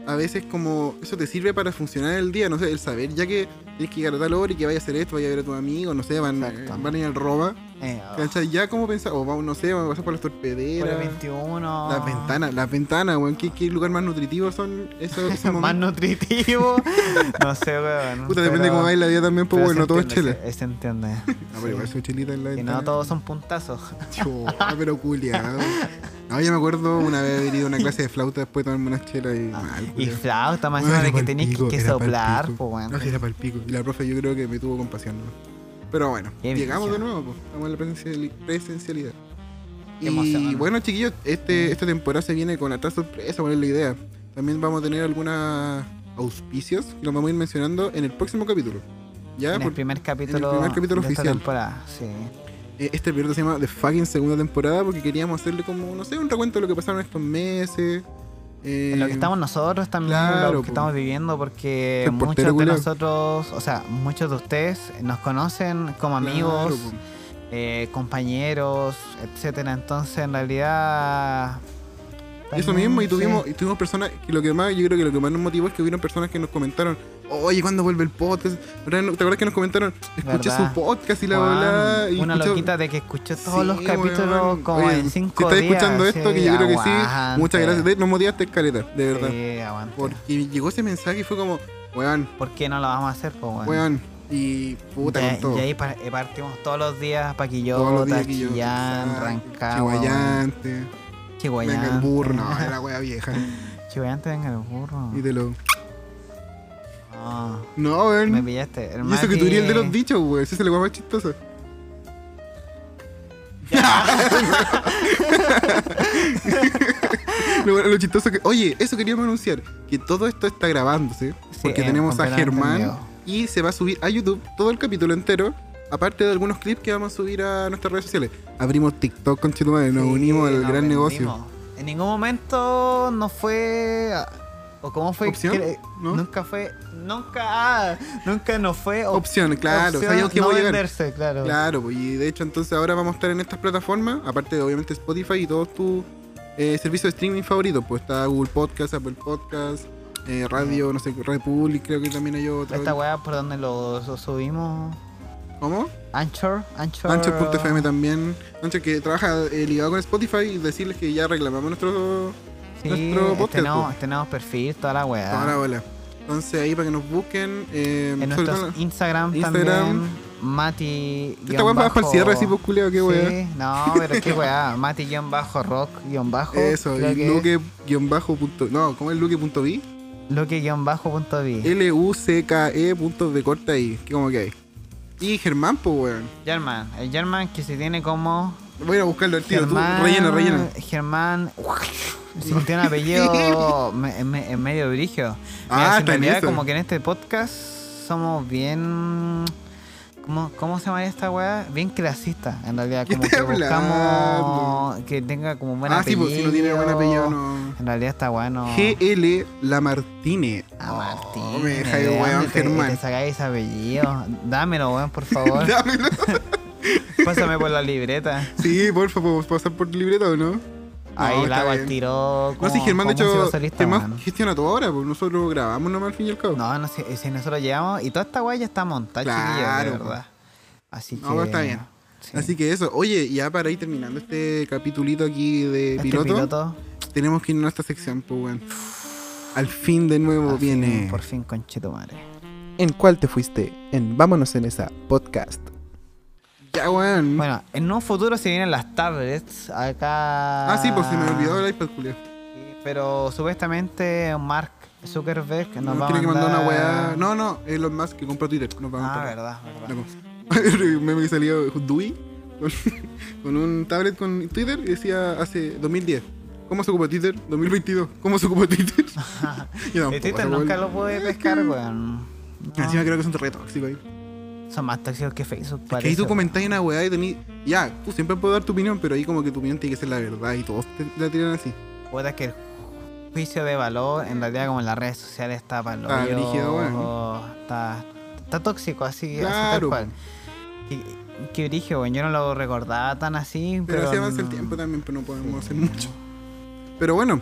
Speaker 4: a veces como eso te sirve para funcionar el día, no sé, el saber ya que tienes que llegar a tal hora y que vaya a hacer esto, vaya a ver a tu amigo, no sé, van,
Speaker 3: Exacto.
Speaker 4: van a ir al roba.
Speaker 3: Eh, oh,
Speaker 4: ¿Cachai? Ya como pensar, o vamos, no sé, vamos a pasar por las
Speaker 3: por el
Speaker 4: torpederas.
Speaker 3: 21.
Speaker 4: Las ventanas, las ventanas, weón, ¿qué, qué lugar más nutritivo son esos, esos
Speaker 3: Más
Speaker 4: momentos?
Speaker 3: nutritivo. no sé, weón.
Speaker 4: Puta, depende
Speaker 3: pero-
Speaker 4: cómo vaya la vida también, pues
Speaker 3: pero
Speaker 4: bueno,
Speaker 3: se
Speaker 4: todo es
Speaker 3: entiende,
Speaker 4: chile.
Speaker 3: Se, se entiende.
Speaker 4: No, pero igual soy chilita en la
Speaker 3: Que
Speaker 4: ventana.
Speaker 3: no todos son puntazos.
Speaker 4: Chua, pero culiado. No, yo me acuerdo una vez haber ido a una clase de flauta después de tomarme unas chelas y mal.
Speaker 3: Ah, Y
Speaker 4: culiao.
Speaker 3: flauta, más
Speaker 4: Bueno,
Speaker 3: encima de
Speaker 4: era
Speaker 3: que
Speaker 4: pa'l
Speaker 3: tenéis
Speaker 4: pico,
Speaker 3: que
Speaker 4: era pa'l
Speaker 3: soplar,
Speaker 4: pico.
Speaker 3: pues weón.
Speaker 4: No, si era para el pico. Y la profe yo creo que me tuvo compasión, ¿no? Pero bueno,
Speaker 3: Qué
Speaker 4: llegamos de
Speaker 3: brillo.
Speaker 4: nuevo, pues. Estamos en la presenciali- presencialidad.
Speaker 3: Qué Mm.
Speaker 4: Y
Speaker 3: emoción, ¿no?
Speaker 4: bueno, chiquillos, este, esta temporada se viene con harta sorpresa, bueno, es la idea. También vamos a tener algunos auspicios que los vamos a ir mencionando en el próximo capítulo. ¿Ya?
Speaker 3: en el
Speaker 4: Por-
Speaker 3: primer capítulo,
Speaker 4: primer capítulo
Speaker 3: de
Speaker 4: oficial.
Speaker 3: esta temporada. Sí.
Speaker 4: eh, este periodo se llama The Fucking Segunda Temporada porque queríamos hacerle como, no sé, un recuento de lo que pasaron estos meses. eh,
Speaker 3: En lo que estamos nosotros también,
Speaker 4: claro,
Speaker 3: lo que
Speaker 4: po.
Speaker 3: estamos viviendo, porque
Speaker 4: El
Speaker 3: muchos
Speaker 4: portero
Speaker 3: de
Speaker 4: culiao.
Speaker 3: nosotros, o sea, muchos de ustedes nos conocen como amigos,
Speaker 4: Claro, po.
Speaker 3: eh, compañeros, etcétera. Entonces, en realidad.
Speaker 4: Eso
Speaker 3: también,
Speaker 4: mismo, y
Speaker 3: sí.
Speaker 4: tuvimos, y tuvimos personas que lo que más, yo creo que lo que más nos motivó es que hubieron personas que nos comentaron, oye, ¿cuándo vuelve el podcast? ¿Verdad? ¿Te acuerdas que nos comentaron? Escuché
Speaker 3: ¿Verdad?
Speaker 4: su podcast y la
Speaker 3: Juan,
Speaker 4: bola. y
Speaker 3: una
Speaker 4: escuché-
Speaker 3: loquita de que escuchó todos
Speaker 4: Sí,
Speaker 3: los capítulos
Speaker 4: weón.
Speaker 3: como
Speaker 4: Oye,
Speaker 3: en cinco
Speaker 4: Si estás
Speaker 3: días.
Speaker 4: escuchando esto,
Speaker 3: sí,
Speaker 4: que yo creo que sí,
Speaker 3: aguante.
Speaker 4: muchas gracias. De- Nos motivaste, escaleta, de verdad.
Speaker 3: Sí, aguante. ¿Por,
Speaker 4: Porque llegó ese mensaje y fue como, weón,
Speaker 3: qué no lo vamos a hacer, pues, weón?
Speaker 4: weón, y puta
Speaker 3: Ya-
Speaker 4: con todo.
Speaker 3: Y ahí par- eh, partimos todos los días
Speaker 4: Todos los
Speaker 3: Paquillota,
Speaker 4: días que yo-
Speaker 3: Chillán,
Speaker 4: Exacto.
Speaker 3: Rancagua,
Speaker 4: Chihuayante.
Speaker 3: Chihuayán.
Speaker 4: Venga el burro, no, era wea vieja.
Speaker 3: Chihuayán, te venga el burro.
Speaker 4: Y te lo.
Speaker 3: No,
Speaker 4: No, weón.
Speaker 3: me pillaste. El
Speaker 4: Y eso que
Speaker 3: Mati-
Speaker 4: tú eres el de los dichos, güey. Ese es el más chistoso. lo, bueno- lo chistoso que. Oye, eso queríamos anunciar. Que todo esto está grabándose.
Speaker 3: Sí,
Speaker 4: Porque
Speaker 3: eh,
Speaker 4: tenemos a
Speaker 3: completamente
Speaker 4: Germán.
Speaker 3: en vivo.
Speaker 4: Y se va a subir a YouTube todo el capítulo entero. Aparte de algunos clips que vamos a subir a nuestras redes sociales. Abrimos TikTok con Chitumare. Nos
Speaker 3: Sí,
Speaker 4: unimos al
Speaker 3: nos
Speaker 4: gran negocio.
Speaker 3: vendimos. En ningún momento no fue. ¿O cómo fue?
Speaker 4: ¿Opción?
Speaker 3: Cre-
Speaker 4: ¿No?
Speaker 3: Nunca fue. Nunca. ah, nunca no fue. op-
Speaker 4: Opción, claro,
Speaker 3: opción
Speaker 4: sabíamos que
Speaker 3: no
Speaker 4: iba a llegar.
Speaker 3: venderse, claro.
Speaker 4: Claro, pues, y de hecho entonces ahora vamos a estar en estas plataformas, aparte de obviamente Spotify y todos tus eh, servicios de streaming favoritos, pues está Google Podcast, Apple Podcast, eh,
Speaker 3: Mm.
Speaker 4: Radio, no sé, Republic, creo que también hay otra.
Speaker 3: Esta weá por donde lo, lo subimos.
Speaker 4: ¿Cómo?
Speaker 3: Anchor. Anchor.
Speaker 4: Anchor.fm también. Anchor que trabaja eh, ligado con Spotify y decirles que ya reclamamos nuestro...
Speaker 3: Sí, este
Speaker 4: nuestro podcast,
Speaker 3: tenemos,
Speaker 4: pues.
Speaker 3: tenemos perfil, toda la weá.
Speaker 4: Ahora, hola. Entonces ahí para que nos busquen. eh,
Speaker 3: Ah. en
Speaker 4: sobre
Speaker 3: nuestros
Speaker 4: todo-
Speaker 3: Instagram,
Speaker 4: Instagram.
Speaker 3: también. Mati.
Speaker 4: Esta weá bajo el cierre así, pues culiao, qué weá.
Speaker 3: Sí, no, pero qué weá. Mati guión bajo rock guión bajo.
Speaker 4: Eso,
Speaker 3: creo
Speaker 4: y
Speaker 3: que
Speaker 4: luque-bajo. punto- No, ¿cómo es luque.bi?
Speaker 3: Luque guión bajo punto vi.
Speaker 4: L-U-C-K-E E punto de corta I. ¿Qué como que hay? Y Germán, pues, weón.
Speaker 3: German, el German que se tiene como
Speaker 4: Voy a ir a buscarlo al tiro. Tú,
Speaker 3: Germán,
Speaker 4: rellena, rellena.
Speaker 3: Germán, si tiene un apellido me- me- en medio brigio. Mira, si
Speaker 4: Ah,
Speaker 3: en
Speaker 4: está en
Speaker 3: realidad
Speaker 4: eso.
Speaker 3: como que en este podcast somos bien ¿Cómo, cómo se llama esta weá? Bien clasista, en realidad,
Speaker 4: ¿Qué
Speaker 3: como que
Speaker 4: estás
Speaker 3: buscamos
Speaker 4: hablando?
Speaker 3: que tenga como buen
Speaker 4: Ah, sí,
Speaker 3: apellido.
Speaker 4: pues, si no tiene buen apellido, no.
Speaker 3: En realidad está bueno.
Speaker 4: G.L. La Martine.
Speaker 3: Ah, Martín.
Speaker 4: Oh, me deja
Speaker 3: ¿de
Speaker 4: de
Speaker 3: dónde
Speaker 4: weón,
Speaker 3: te-
Speaker 4: Germán.
Speaker 3: Te sacáis ese apellido. Dámelo, weón, por favor.
Speaker 4: Dámelo.
Speaker 3: Pásame por la libreta.
Speaker 4: Sí, por favor, pasar por libreta o no.
Speaker 3: Ahí
Speaker 4: No,
Speaker 3: la
Speaker 4: está
Speaker 3: hago al
Speaker 4: bien.
Speaker 3: tiro.
Speaker 4: No,
Speaker 3: como-
Speaker 4: sí, Germán, de
Speaker 3: como músico
Speaker 4: hecho,
Speaker 3: solista,
Speaker 4: Germán
Speaker 3: weón.
Speaker 4: gestiona todo ahora, pues nosotros grabamos nomás al fin y al cabo.
Speaker 3: No, no sé, si nosotros llevamos. Y toda esta guay ya está montada, chiquillos, de
Speaker 4: Claro,
Speaker 3: verdad. Así que.
Speaker 4: No, pero está bien.
Speaker 3: sí.
Speaker 4: Así que eso, oye, ya para ir terminando este capitulito aquí de
Speaker 3: Este
Speaker 4: piloto,
Speaker 3: piloto,
Speaker 4: tenemos que ir a nuestra sección, pues weón. Al fin de nuevo
Speaker 3: al fin,
Speaker 4: viene.
Speaker 3: Por fin, conchito madre.
Speaker 2: ¿En cuál te fuiste? En Vámonos en esa podcast.
Speaker 4: Ya, weón.
Speaker 3: Bueno, en un futuro se vienen las tablets. Acá.
Speaker 4: Ah, sí, pues se me olvidó el iPad, Julio.
Speaker 3: Sí, Pero supuestamente Mark Zuckerberg nos
Speaker 4: No,
Speaker 3: va a
Speaker 4: tiene que mandar una
Speaker 3: mandar-
Speaker 4: weá. No, no, Elon Musk que compró Twitter. Nos va a
Speaker 3: Ah,
Speaker 4: mandar.
Speaker 3: verdad, verdad.
Speaker 4: No, como- un meme que salió Dewey con, con un tablet con Twitter y decía hace 2010. ¿Cómo se ocupa Twitter? 2022. ¿Cómo se ocupa Twitter? Yo
Speaker 3: El Twitter
Speaker 4: pues, tampoco, weón.
Speaker 3: Este nunca lo pude pescar, weón. No,
Speaker 4: Encima creo que son re tóxicos ahí.
Speaker 3: Son más tóxicos que Facebook,
Speaker 4: Que
Speaker 3: parece.
Speaker 4: ahí tú
Speaker 3: weón.
Speaker 4: comentáis una weá y tenés. Ya, tú siempre puedes dar tu opinión, pero ahí como que tu opinión tiene que ser la verdad y todos te la tiran así.
Speaker 3: Puta que el juicio de valor, en realidad como en las redes sociales está para
Speaker 4: Está brígido, weón.
Speaker 3: está, está tóxico, así, así tal
Speaker 4: Claro.
Speaker 3: cual. Y- Qué brillo, weón, yo no lo recordaba tan así,
Speaker 4: Pero,
Speaker 3: pero...
Speaker 4: así avanza el tiempo también, pero no podemos hacer mucho. Pero bueno,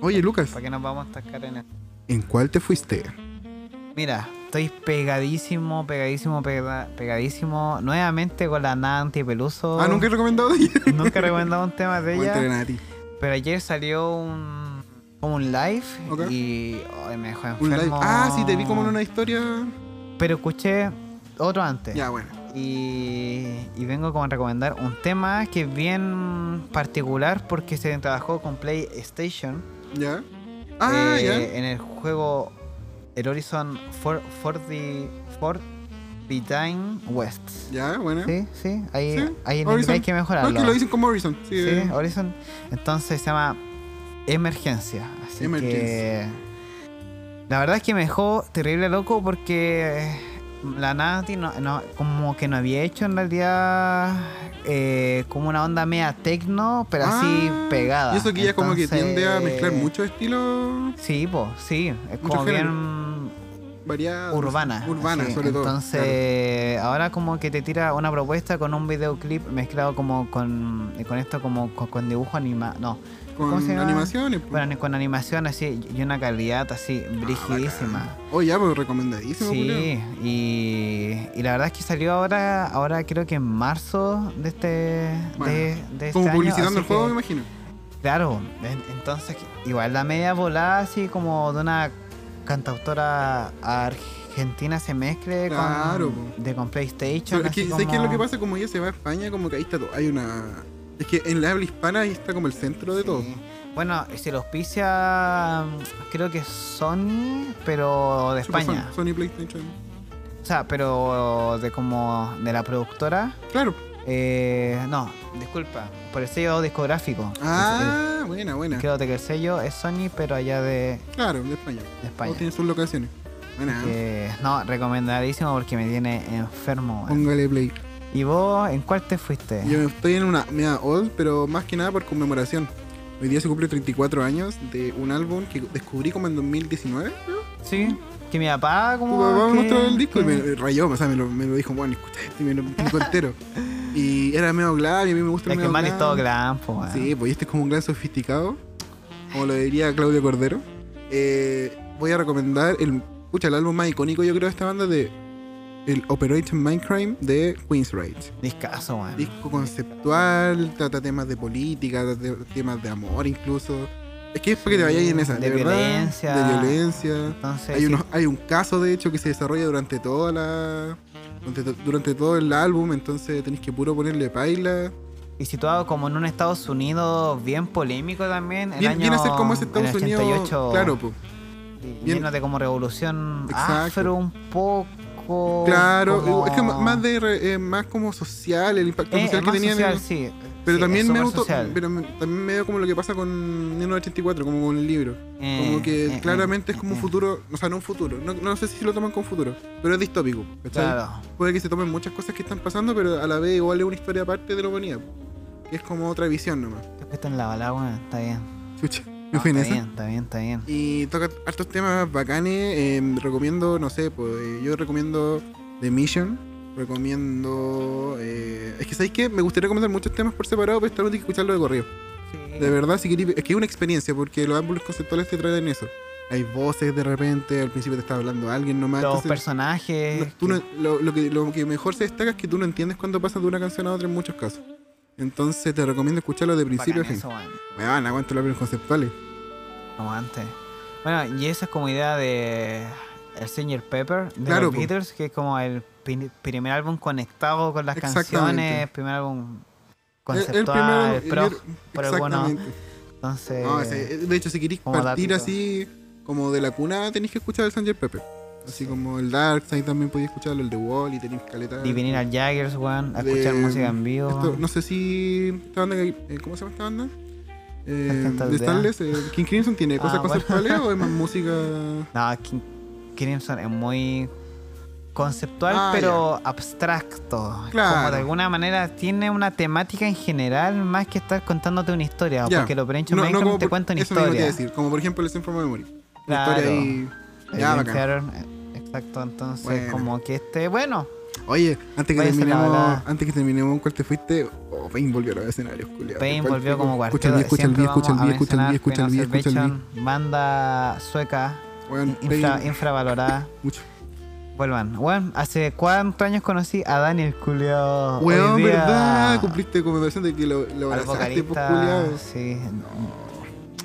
Speaker 4: oye Lucas,
Speaker 3: ¿Para qué nos vamos a estar en esto?
Speaker 4: ¿en cuál te fuiste?
Speaker 3: Mira, estoy pegadísimo, pegadísimo, pega- pegadísimo, nuevamente con la Nanti Peluso.
Speaker 4: Ah, nunca he recomendado de ella.
Speaker 3: Nunca he recomendado un tema de
Speaker 4: Voy a
Speaker 3: ella.
Speaker 4: entrenar a ti.
Speaker 3: Pero ayer salió un, como un live
Speaker 4: Ok.
Speaker 3: y ay, me dejó
Speaker 4: Un
Speaker 3: enfermo.
Speaker 4: live. Ah, sí, te vi como en una historia.
Speaker 3: Pero escuché otro antes.
Speaker 4: Ya, bueno.
Speaker 3: Y, y vengo como a recomendar un tema que es bien particular porque se trabajó con PlayStation
Speaker 4: Ya. Ah,
Speaker 3: eh,
Speaker 4: ya.
Speaker 3: en el juego El Horizon 4 Time West.
Speaker 4: Ya, bueno.
Speaker 3: Sí, sí, ahí,
Speaker 4: Sí,
Speaker 3: ahí en inglés
Speaker 4: Horizon.
Speaker 3: hay que
Speaker 4: No,
Speaker 3: mejorarlo.
Speaker 4: es que lo dicen como Horizon. Sí.
Speaker 3: Sí,
Speaker 4: eh.
Speaker 3: Horizon. Entonces se llama Emergencia. Así
Speaker 4: Emergencia.
Speaker 3: que. La verdad es que me dejó terrible loco porque la Nati no, no- como que no había hecho en realidad eh, como una onda media tecno, pero así
Speaker 4: Ah,
Speaker 3: pegada.
Speaker 4: Y eso que ella como que
Speaker 3: Entonces,
Speaker 4: tiende a mezclar muchos estilos
Speaker 3: Sí, pues, sí. Es
Speaker 4: Mucho
Speaker 3: como
Speaker 4: género.
Speaker 3: bien
Speaker 4: variados.
Speaker 3: urbana.
Speaker 4: Urbana,
Speaker 3: sí.
Speaker 4: sobre todo.
Speaker 3: Entonces, ahora como que te tira una propuesta con un videoclip mezclado como con, con esto, como con, con dibujo animado. No,
Speaker 4: claro.
Speaker 3: ¿cómo
Speaker 4: Con
Speaker 3: se llama?
Speaker 4: animaciones. pues.
Speaker 3: bueno, con animación así y una calidad así
Speaker 4: Ah,
Speaker 3: brigidísima.
Speaker 4: Oh, ya, pues recomendadísimo, culiao.
Speaker 3: Sí, este y, y la verdad es que salió ahora, ahora creo que en marzo de este,
Speaker 4: Bueno,
Speaker 3: de, de este
Speaker 4: Como
Speaker 3: año,
Speaker 4: publicitando
Speaker 3: así
Speaker 4: el juego,
Speaker 3: que-
Speaker 4: me imagino.
Speaker 3: Claro, en- entonces igual la media volada así como de una cantautora argentina se mezcle con-
Speaker 4: Claro,
Speaker 3: de con PlayStation.
Speaker 4: Pero es que,
Speaker 3: así
Speaker 4: ¿sabes qué es lo que
Speaker 3: como-
Speaker 4: pasa? Como ella se va a España, como que ahí está todo. Hay una. Es que en la habla hispana ahí está como el centro de todo.
Speaker 3: Sí. Bueno, se lo auspicia mm, creo que Sony, pero de España.
Speaker 4: Son- Sony PlayStation.
Speaker 3: O sea, pero de como de la productora.
Speaker 4: Claro.
Speaker 3: eh, no, disculpa, por el sello discográfico.
Speaker 4: Ah, buena,
Speaker 3: El-
Speaker 4: buena.
Speaker 3: el- creo que el sello es Sony, pero allá de,
Speaker 4: Claro, de España.
Speaker 3: de
Speaker 4: Todos
Speaker 3: España.
Speaker 4: tienen sus locaciones. Buena.
Speaker 3: Eh, no, recomendadísimo porque me tiene enfermo. weón.
Speaker 4: Póngale play.
Speaker 3: Eh. ¿Y vos en cuál te fuiste?
Speaker 4: Yo estoy en una media old, pero más que nada por conmemoración. Hoy día se cumple 34 años de un álbum que descubrí como en 2019.
Speaker 3: Sí, que mi papá
Speaker 4: Tu
Speaker 3: como...
Speaker 4: papá me
Speaker 3: que-
Speaker 4: mostró el disco y
Speaker 3: que-
Speaker 4: me me rayó, o sea, me lo, me lo dijo, bueno, escucha este y me lo dijo entero. Y era medio glam y a mí me gusta
Speaker 3: Es
Speaker 4: el
Speaker 3: que
Speaker 4: medio
Speaker 3: Mati es todo
Speaker 4: glam.
Speaker 3: glam, po, weón.
Speaker 4: Sí, pues y este es como un gran sofisticado, como lo diría Claudio Cordero. Eh, voy a recomendar el, pucha, el álbum más icónico, yo creo, de esta banda de el Operation Mindcrime de Queensrÿche.
Speaker 3: Discazo, weón.
Speaker 4: Disco conceptual, trata temas de política, trata de- temas de amor incluso. Es que es para que te vayas en esa,
Speaker 3: De
Speaker 4: de, verdad,
Speaker 3: violencia.
Speaker 4: De violencia.
Speaker 3: Entonces,
Speaker 4: Hay,
Speaker 3: sí,
Speaker 4: unos- hay un caso, de hecho, que se desarrolla durante toda la. Durante, to- durante todo el álbum, entonces tenés que puro ponerle paila.
Speaker 3: y situado como en un Estados Unidos bien polémico también. el
Speaker 4: Bien-
Speaker 3: año-
Speaker 4: viene a ser como es
Speaker 3: el
Speaker 4: Estados Unidos.
Speaker 3: 88,
Speaker 4: Claro, pues. bien-
Speaker 3: lleno de como revolución
Speaker 4: Exacto.
Speaker 3: afro un poco.
Speaker 4: Claro,
Speaker 3: como-
Speaker 4: es que ma- más de re- eh, más como social, el impacto
Speaker 3: Eh,
Speaker 4: social
Speaker 3: más
Speaker 4: que tenían.
Speaker 3: social,
Speaker 4: en-
Speaker 3: sí.
Speaker 4: pero
Speaker 3: Sí, es
Speaker 4: también me
Speaker 3: súper
Speaker 4: auto,
Speaker 3: social.
Speaker 4: pero me- también me veo como lo que pasa con 1984, como con el libro.
Speaker 3: Eh,
Speaker 4: Como que
Speaker 3: eh,
Speaker 4: claramente
Speaker 3: eh,
Speaker 4: es como un
Speaker 3: eh,
Speaker 4: futuro, o sea, no un futuro, no, no sé si lo toman con futuro, pero es distópico. ¿cachai?
Speaker 3: Claro.
Speaker 4: Puede que se tomen muchas cosas que están pasando, pero a la vez igual es una historia aparte de la humanidad. Que es como otra visión nomás.
Speaker 3: Te fuiste en la balada, weón, Está bien.
Speaker 4: Chucha,
Speaker 3: No,
Speaker 4: me fui en
Speaker 3: está
Speaker 4: esa.
Speaker 3: bien, está bien, está bien.
Speaker 4: Y toca hartos temas bacanes. eh, recomiendo, no sé, pues, eh, yo recomiendo The Mission. Recomiendo. eh, es que sabéis que me gustaría recomendar muchos temas por separado, pero esta vez hay que escucharlo de corrido. De verdad, si queréis. Es que es una experiencia, porque los ángulos conceptuales te traen eso. Hay voces de repente, al principio te está hablando alguien nomás.
Speaker 3: Los
Speaker 4: entonces,
Speaker 3: personajes.
Speaker 4: no- tú no- lo, lo que, lo que mejor se destaca es que tú no entiendes cuando pasas de una canción a otra en muchos casos. Entonces te recomiendo escucharlo de principio a fin. Me van, aguanto los ángulos conceptuales.
Speaker 3: Como antes. Bueno, y esa es como idea de el Sr. Pepper de
Speaker 4: Claro,
Speaker 3: los
Speaker 4: po.
Speaker 3: Beatles, que es como el pri- primer álbum conectado con las
Speaker 4: Exactamente.
Speaker 3: canciones, primer álbum
Speaker 4: El- el
Speaker 3: conceptual,
Speaker 4: primero-
Speaker 3: pro,
Speaker 4: el-
Speaker 3: por alguno.
Speaker 4: exactamente.
Speaker 3: Entonces,
Speaker 4: No, ese- eh, de hecho, si queréis
Speaker 3: Eh, como
Speaker 4: partir
Speaker 3: datito.
Speaker 4: así, como de la cuna, tenéis que escuchar el Sanger Pepe. Así como el Darkseid también podéis escucharlo, el The Wall y tenéis caleta.
Speaker 3: de venir al Jaggers, weón, a
Speaker 4: de-
Speaker 3: escuchar música en vivo.
Speaker 4: Esto, no sé si. Esta banda que- eh, ¿Cómo se llama esta banda? Eh,
Speaker 3: Esta
Speaker 4: de
Speaker 3: aldea.
Speaker 4: Starless, eh, King Crimson tiene
Speaker 3: Ah,
Speaker 4: cosas
Speaker 3: bueno.
Speaker 4: conceptuales o es más música.
Speaker 3: No, King Crimson es muy conceptual,
Speaker 4: Ah,
Speaker 3: pero abstracto.
Speaker 4: Claro.
Speaker 3: Como de alguna manera tiene una temática en general más que estar contándote una historia.
Speaker 4: Ya.
Speaker 3: Porque lo Prevention
Speaker 4: No, no,
Speaker 3: Minecraft
Speaker 4: como
Speaker 3: te
Speaker 4: por-
Speaker 3: cuenta una
Speaker 4: eso mismo te iba
Speaker 3: historia.
Speaker 4: a decir, como por ejemplo el Sinfo Memory. Una
Speaker 3: Claro.
Speaker 4: historia ahí.
Speaker 3: El
Speaker 4: Ya,
Speaker 3: Dream
Speaker 4: bacán.
Speaker 3: Theater, eh, Exacto, entonces
Speaker 4: Bueno.
Speaker 3: como que este, bueno,
Speaker 4: Oye, antes que
Speaker 3: Váyase la
Speaker 4: terminemos,
Speaker 3: balada.
Speaker 4: antes que terminemos, ¿cuál te fuiste? Oh, Pain volvió a los escenarios, culiao.
Speaker 3: Pain
Speaker 4: ¿Cuál
Speaker 3: volvió
Speaker 4: pico?
Speaker 3: como
Speaker 4: Escucha el
Speaker 3: cuarteto.
Speaker 4: día, escucha el
Speaker 3: siempre
Speaker 4: día, escucha el día,
Speaker 3: vamos a
Speaker 4: escucha el día,
Speaker 3: mencionar
Speaker 4: escucha el día,
Speaker 3: Pain
Speaker 4: escucha el día.
Speaker 3: Observation, banda sueca
Speaker 4: Weón,
Speaker 3: in- infra-
Speaker 4: Pain,
Speaker 3: infravalorada.
Speaker 4: mucho.
Speaker 3: Vuelvan, weón, hace cuántos años conocí a Daniel Culio.
Speaker 4: Weón, verdad, cumpliste recomendación de que lo, lo
Speaker 3: al
Speaker 4: abrazaste, pues,
Speaker 3: vocalista.
Speaker 4: culiao.
Speaker 3: Sí,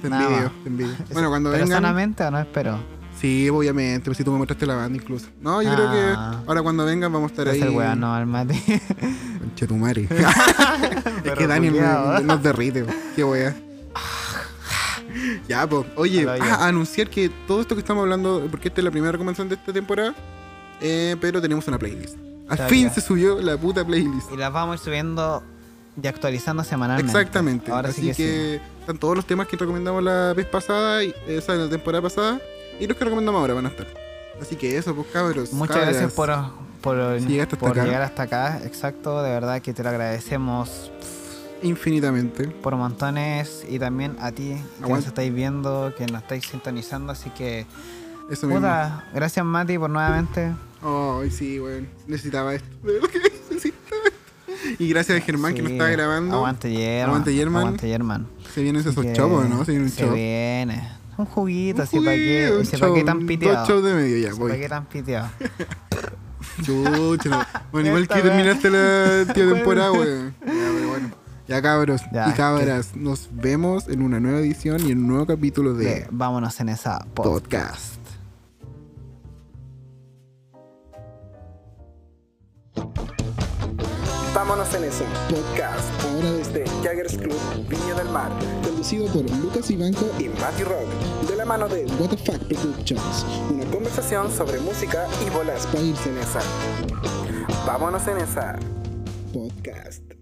Speaker 4: Te
Speaker 3: nada
Speaker 4: envidio,
Speaker 3: más.
Speaker 4: te envidio. Bueno, cuando
Speaker 3: pero
Speaker 4: vengan...
Speaker 3: sanamente o no espero.
Speaker 4: Sí, obviamente, pues si tú me mostraste la banda incluso. No, yo creo
Speaker 3: Ah.
Speaker 4: que ahora cuando vengan vamos a estar
Speaker 3: Va a
Speaker 4: ahí...
Speaker 3: ser weón, no, al mate.
Speaker 4: Conche tu madre. es que
Speaker 3: Perro
Speaker 4: Daniel
Speaker 3: culiao. ¿eh?
Speaker 4: me- nos derrite, po. qué wea. Ya, pues. Oye,
Speaker 3: Hola,
Speaker 4: ah,
Speaker 3: ya.
Speaker 4: anunciar que todo esto que estamos hablando, porque esta es la primera recomendación de esta temporada, eh, pero tenemos una playlist. Al
Speaker 3: Está
Speaker 4: fin
Speaker 3: bien.
Speaker 4: se subió la puta playlist.
Speaker 3: y las vamos a ir subiendo y actualizando semanalmente.
Speaker 4: Exactamente.
Speaker 3: Ahora
Speaker 4: Así
Speaker 3: sí
Speaker 4: que,
Speaker 3: que, sí.
Speaker 4: están todos los temas que recomendamos la vez pasada, y, eh, o sea, la temporada pasada, y los que recomendamos ahora van a estar. Así que eso, pues cabros.
Speaker 3: Muchas
Speaker 4: cabras.
Speaker 3: gracias por, por,
Speaker 4: Si llegaste hasta
Speaker 3: por
Speaker 4: acá.
Speaker 3: llegar hasta acá. Exacto, de verdad que te lo agradecemos
Speaker 4: Infinitamente.
Speaker 3: por montones y también a ti que
Speaker 4: Aguante.
Speaker 3: nos estáis viendo, que nos estáis sintonizando. Así que,
Speaker 4: Eso mismo.
Speaker 3: puta, gracias Mati por nuevamente.
Speaker 4: Ay, sí, weón. Necesitaba esto. De verdad que necesitaba esto. Y gracias a Germán que me
Speaker 3: Sí,
Speaker 4: está grabando.
Speaker 3: Aguante Germán.
Speaker 4: Aguante, Germán.
Speaker 3: Aguante Germán.
Speaker 4: Se vienen esos
Speaker 3: Que
Speaker 4: shows, ¿no? Se viene un
Speaker 3: se
Speaker 4: show.
Speaker 3: viene. Un juguito,
Speaker 4: Un
Speaker 3: así para
Speaker 4: juguillo,
Speaker 3: que,
Speaker 4: un
Speaker 3: así para que
Speaker 4: show,
Speaker 3: tan
Speaker 4: Dos
Speaker 3: piteado.
Speaker 4: shows de medio ya,
Speaker 3: Así para
Speaker 4: voy.
Speaker 3: que tan piteado.
Speaker 4: Chucha, no. Bueno, igual
Speaker 3: Esta
Speaker 4: que
Speaker 3: wea.
Speaker 4: terminaste la tío temporada, weón. Ya, pero bueno. Ya, cabros
Speaker 3: Ya,
Speaker 4: y cabras, nos vemos en una nueva edición y en un nuevo capítulo de
Speaker 3: De- Vámonos en esa podcast.
Speaker 4: Podcast.
Speaker 1: Vámonos en ese podcast, ahora desde Jaggers Club, Viña del Mar,
Speaker 5: conducido por Lucas Ivanco y
Speaker 1: y Matty Rock, de la mano de
Speaker 5: What the Fuck Productions,
Speaker 1: una conversación sobre música y bolas
Speaker 5: País
Speaker 1: en esa. Vámonos en esa
Speaker 5: Podcast.
Speaker 1: podcast.